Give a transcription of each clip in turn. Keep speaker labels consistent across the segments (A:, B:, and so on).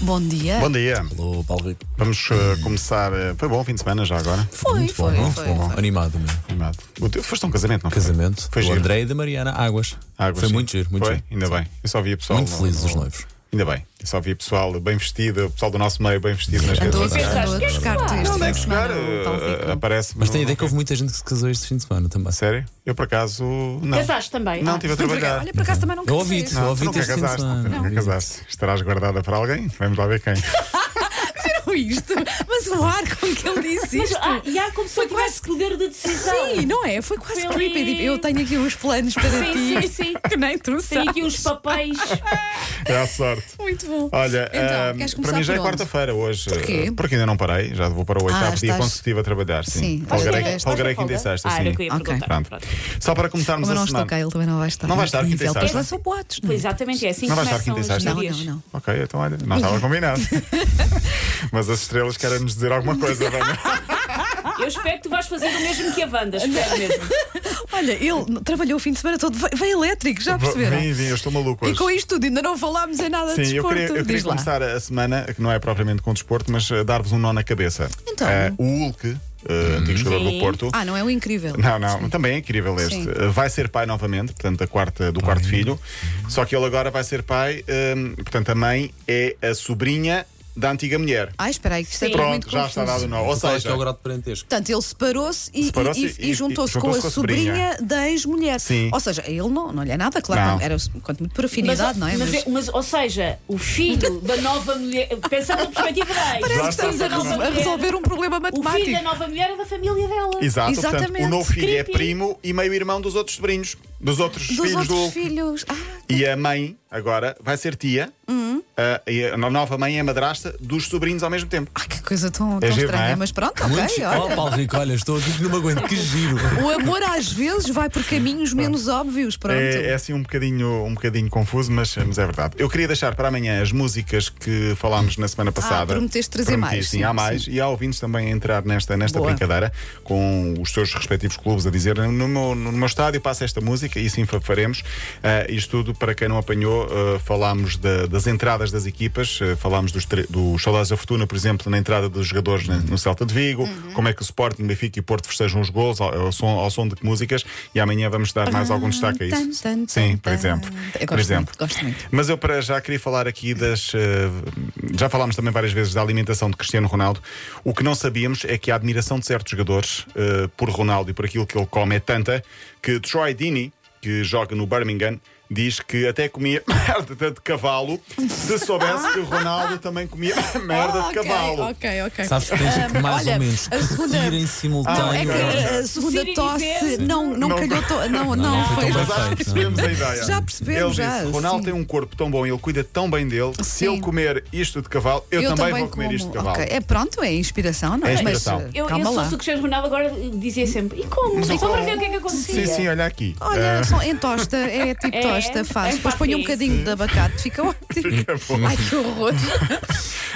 A: Bom dia.
B: Bom dia.
C: Alô, Paulo Rico.
B: Vamos eh, começar. eh, foi bom o fim de semana já agora?
A: Foi,
C: Muito
A: foi,
C: bom, não?
A: foi,
C: Foi
A: foi.
C: bom. Animado mesmo.
B: Animado. O teu, foste a um casamento, não foi?
C: Casamento
B: Foi
C: do
B: giro.
C: André e da Mariana Águas.
B: Águas,
C: foi
B: sim.
C: muito giro, muito
B: Foi?
C: giro.
B: Ainda bem. Eu só via pessoal.
C: Muito
B: no-
C: felizes os
B: no-
C: noivos.
B: Ainda bem. Eu só via pessoal bem vestido, o pessoal do nosso meio bem vestido nas redes
A: Andou,
B: sociais.
A: andou a buscar-te este
B: Onde
A: fim
B: é
A: de
B: que chegar?
A: semana, o tipo Paulo
B: Eh,
A: Rico.
B: aparece.
C: Mas
B: no-
C: tem a ideia que houve muita gente que se casou este fim de semana também.
B: Sério? Eu por acaso. Não.
D: Casaste também?
B: Não,
D: Ah.
B: estive a
A: Por acaso-
B: trabalhar.
A: Olha, por acaso também não
C: Eu
A: quero
C: ouvi-te,
A: dizer.
C: eu
B: não, tu
C: ouvi-te
B: nunca
C: este fim de
B: casaste,
C: semana.
B: tu nunca
C: Ouvi-te.
B: casaste. Estarás guardada para alguém? Vamos lá ver quem.
A: Viram isto? Mas o ar com que ele disse
D: Mas,
A: isto.
D: ah, e há como se eu tivesse que ler da decisão.
A: Sim, não é? Foi quase
D: Foi ali.
A: creepy. Tipo, eu tenho aqui uns planos para
D: Sim,
A: ti.
D: sim, sim.
A: Que nem tu
D: Tenho
A: sabes.
D: aqui uns papéis.
B: É a sorte.
A: Muito bom.
B: Olha,
A: então,
B: ahm,
A: queres
B: para
A: começar
B: mim já
A: por
B: é
A: onde?
B: quarta-feira hoje.
A: Porquê? Ah,
B: eh, Porque ainda não parei, já vou para o oitavo dia
A: estás-
B: consecutivo a trabalhar. Sim,
A: Sim, é
B: folgarei
A: estás-
B: folgarei quinta e
D: estás
B: sexta.
D: a folga? Ah,
B: sim.
D: era o que eu ia
A: Ok.
D: perguntar.
B: Pronto.
D: Pronto.
B: Só para começarmos
A: Como eu
B: a
A: não
B: semana.
A: estou cá, ele também não vai estar.
B: Não vai estar, quinta e
A: Ele depois
B: sexta.
A: lançou boatos. não é?
D: Pois, exatamente, é assim
B: Não
D: que
B: vai estar
D: começam
B: quinta e
D: as
B: sexta?
A: Não,
D: gírias.
A: não, não.
B: Ok, então olha, não estava combinado. Mas as estrelas querem nos dizer alguma coisa, Vânia.
D: Eu espero que tu vais fazer o mesmo que a Wanda, espero mesmo.
A: Olha, ele trabalhou o fim de semana todo. Veio- Veio elétrico, já perceberam?
B: Vem, vem, eu estou maluco
A: E
B: hoje.
A: com isto tudo, ainda não falámos em nada
B: Sim,
A: de
B: eu
A: desporto.
B: queria, eu queria
A: Diz lá.
B: começar a semana, que não é propriamente com desporto, mas eh, dar-vos um nó na cabeça.
A: Então.
B: Eh, o Hulk, eh, antigo jogador do
D: Uhum. Sim.
B: Porto,
A: Ah, não é o incrível.
B: Não, não, também é incrível este.
A: Sim.
B: Uh, Vai ser pai novamente, portanto, da quarta, do quarto filho. Só que ele agora vai ser pai, hum, portanto, a mãe é a sobrinha da antiga mulher.
A: Ai, espera aí, que isto é
D: Sim.
A: tudo
B: Pronto,
A: muito
B: já
A: confuso.
B: está dado o nó. Ou
C: Qual é que é
B: seja,
C: o grau de parentesco?
A: Portanto, ele separou-se e,
B: Separou-se
A: e- e-
B: e-
A: e juntou-se
B: e
A: com a
B: juntou-se com a
A: sobrinha da ex-mulher.
B: Sim.
A: Ou seja, ele não, não lhe é nada,
B: Não.
A: claro. Era quanto muito por afinidade, não é?
D: Mas,
A: Mas-
D: mas, ou seja, o filho da nova mulher. Pensando na perspectiva da ex,
A: Parece que
B: Já
A: estamos
B: está
A: a,
D: o filho da
A: res-
D: nova
A: a resolver
D: mulher-
A: um problema
D: O filho da
A: matemático.
D: nova mulher é da família dela.
B: exato, portanto,
A: Exatamente.
B: o novo filho é
D: Creepy.
B: primo e meio-irmão dos outros sobrinhos, dos outros
A: Dos
B: filhos do
A: outros
B: Hulk.
A: filhos. Ah,
B: E a mãe, agora, vai ser tia.
A: Hum.
B: Ah, e a nova mãe é madrasta dos sobrinhos ao mesmo tempo.
A: ah, que coisa tão, tão
B: giro,
A: estranha.
B: não é?
A: Mas pronto,
C: Muito
A: ok.
C: giro.
A: olha.
C: Oh, Paulo Rico, olha, estou aqui que não me aguento, que giro.
A: O amor às vezes vai por caminhos menos óbvios. Pronto.
B: É, é assim um bocadinho, um bocadinho confuso, mas, mas é verdade. Eu queria deixar para amanhã as músicas que falámos na semana passada.
A: Ah, prometeste trazer mais,
B: Sim,
A: sim,
B: há mais. E há ouvintes também a entrar nesta, nesta
A: Boa.
B: brincadeira com os seus respectivos clubes a dizer no meu, no meu estádio passa esta música e sim fa- faremos. Ah, isto tudo, para quem não apanhou, ah, falámos da- das entradas das equipas, ah, falámos dos, tre- dos Saudades da Fortuna, por exemplo, na entrada dos jogadores na- no Celta de Vigo,
A: Uhum.
B: como é que o Sporting, Benfica e Porto festejam os gols ao, ao som, ao som de que músicas e amanhã vamos dar mais algum destaque a isso.
A: Tan, tan,
B: Sim,
A: tan,
B: por
A: tan.
B: exemplo.
A: Eu
B: Por
A: gosto
B: exemplo.
A: muito, gosto muito.
B: Mas eu para já queria falar aqui das. eh, já falámos também várias vezes da alimentação de Cristiano Ronaldo. O que não sabíamos é que a admiração de certos jogadores eh, por Ronaldo e por aquilo que ele come é tanta que Troy Deeney, que joga no Birmingham, diz que até comia merda de cavalo se soubesse que o Ronaldo também comia merda de
A: ok,
B: cavalo.
A: Ok, ok.
C: Sabes que tens que mais
A: olha,
C: ou menos
A: a segunda-
C: tossir em
A: Não, é
C: simultâneo.
A: que a segunda
D: Tossir e
A: tosse
D: dizer-
A: não, não,
B: Ah, Não. então
A: calhou. to- Não, não,
C: foi
A: foi.
C: tão
B: Mas
C: bem
B: acho que
C: feito. é?
B: percebemos a ideia.
A: Já percebemos,
B: Ele
A: já,
B: disse: Ronaldo
A: sim.
B: tem um corpo tão bom, ele cuida tão bem dele. Se
A: Sim.
B: ele comer isto de cavalo, eu, também, vou comer
A: como.
B: isto de cavalo.
A: Ok, É pronto, é inspiração, não é?
B: É inspiração.
A: Mas, eh,
D: Eu, eu
A: calma
D: se
A: lá.
D: fosse o Cristiano Ronaldo agora dizia sempre: e como?
B: Mas
D: E
B: eu
D: só para
B: como.
D: ver o que é que acontecia.
B: Sim, sim, olha aqui.
A: Olha,
B: Ah,
A: só em tosta, é tipo
D: É,
A: tosta, faz.
D: é
A: Depois põe um
D: fácil.
A: bocadinho de abacate, fica ótimo.
B: Fica bom.
A: Ai, que horror.
B: Eh,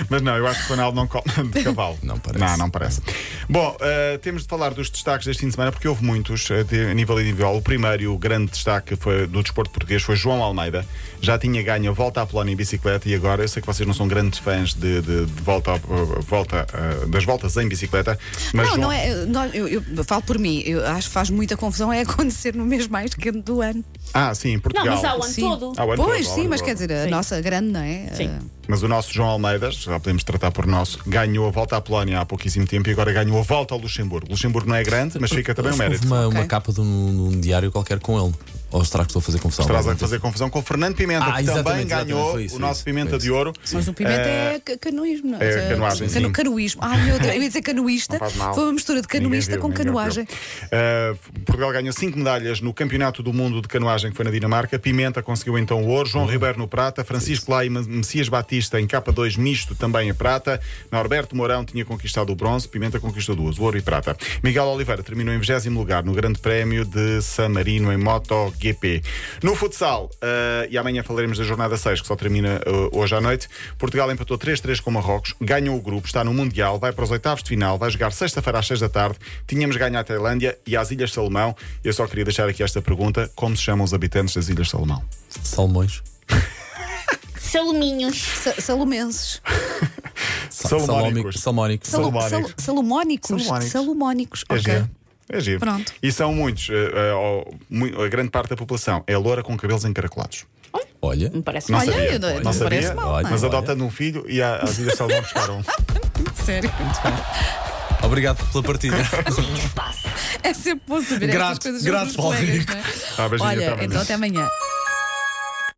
B: Mas não, eu acho que o Ronaldo não come de cavalo.
C: Não parece.
B: Não, não parece. Bom, eh, temos de falar dos destaques deste fim de semana, porque houve muitos eh, de- a nível individual. O primeiro e o grande destaque foi, do desporto português foi João Almeida. Já tinha ganho a volta à Polónia em bicicleta e agora, eu sei que vocês não são grandes fãs de, de- de volta, ao- volta, eh, das voltas em bicicleta, mas
A: Não,
B: João-
A: não é. eh, não, eu, eu falo por mim, eu acho que faz muita confusão é acontecer no mês mais quente do ano.
B: Ah, sim, em
D: Não,
B: Portugal.
D: mas há o ano
A: Sim.
D: todo.
B: Há Ah, o ano
A: pois,
B: todo, há o
A: sim,
B: ano
A: mas
B: todo.
A: quer dizer, a
D: Sim.
A: nossa grande, não é?
D: Sim.
A: Eh,
B: Mas o nosso João Almeida, já podemos tratar por nosso, ganhou a volta à Polónia há pouquíssimo tempo e agora ganhou a volta ao Luxemburgo. O Luxemburgo não é grande, mas fica também o
C: Acho que houve
B: mérito.
C: uma, uma
A: Ok.
C: capa de um, de um diário qualquer com ele. Ou será que estou a fazer confusão?
B: Estás a fazer confusão com o Fernando Pimenta,
C: Ah,
B: que também
C: exatamente, exatamente,
B: ganhou
C: foi isso,
B: o
C: foi
B: nosso
C: isso,
B: Pimenta
C: foi
B: de
C: isso.
B: Ouro. Eh,
A: Mas o pimenta é, ca- canoísmo, não
B: é canoagem,
A: Cano-
B: sim.
A: Canoísmo. Ai meu Deus, eu ia dizer canoísta.
B: Não faz mal.
A: Foi uma mistura de canoísta
B: Ninguém viu,
A: com
B: ninguém
A: canoagem.
B: viu. Ah, Portugal ganhou cinco medalhas no Campeonato do Mundo de Canoagem, que foi na Dinamarca. Pimenta conseguiu então o ouro, João Ribeiro no prata, Francisco Lai e Messias Batista em K2 misto também a prata, Norberto Mourão tinha conquistado o bronze, Pimenta conquistou duas, o ouro e prata. Miguel Oliveira terminou em 20 lugar no Grande Prémio de San Marino em MotoGP. No futsal, ah, e amanhã falaremos da jornada 6, que só termina ah, hoje à noite, Portugal empatou 3-3 com Marrocos, ganhou o grupo, está no Mundial, vai para os oitavos de final, vai jogar sexta-feira às 6 da tarde. Tínhamos ganho à Tailândia e às Ilhas Salomão. Eu só queria deixar aqui esta pergunta: como se chamam os habitantes das Ilhas Salomão?
C: Salmões.
E: Saluminhos.
A: Sa- Salomenses.
B: Salomónicos. É
C: Salomónicos.
A: Salo-
B: Salomónicos.
A: sal- Salomónicos.
B: Salomónicos.
A: Salomónicos.
B: É
A: ok.
B: giro. É giro.
A: Pronto.
B: E são muitos, eh, eh, ó, mu- a grande parte da população é loura com cabelos encaracolados.
C: Olha.
A: Hum,
D: Me parece
B: Não
D: mal.
A: Olha,
B: sabia.
A: eu não-
B: Não
A: não
B: sabia,
A: parece mal,
C: não
B: mas
C: é?
B: adotando um filho e à, à vida Salomão buscaram. um.
A: Sério.
C: Obrigado pela partida.
A: É sempre bom saber
C: Grato,
A: estas coisas.
C: grato,
A: dos
C: Paulo
A: colegas,
C: Rico.
A: não é?
B: Ah, beijinho, até
A: Olha,
B: amanhã.
A: então até amanhã.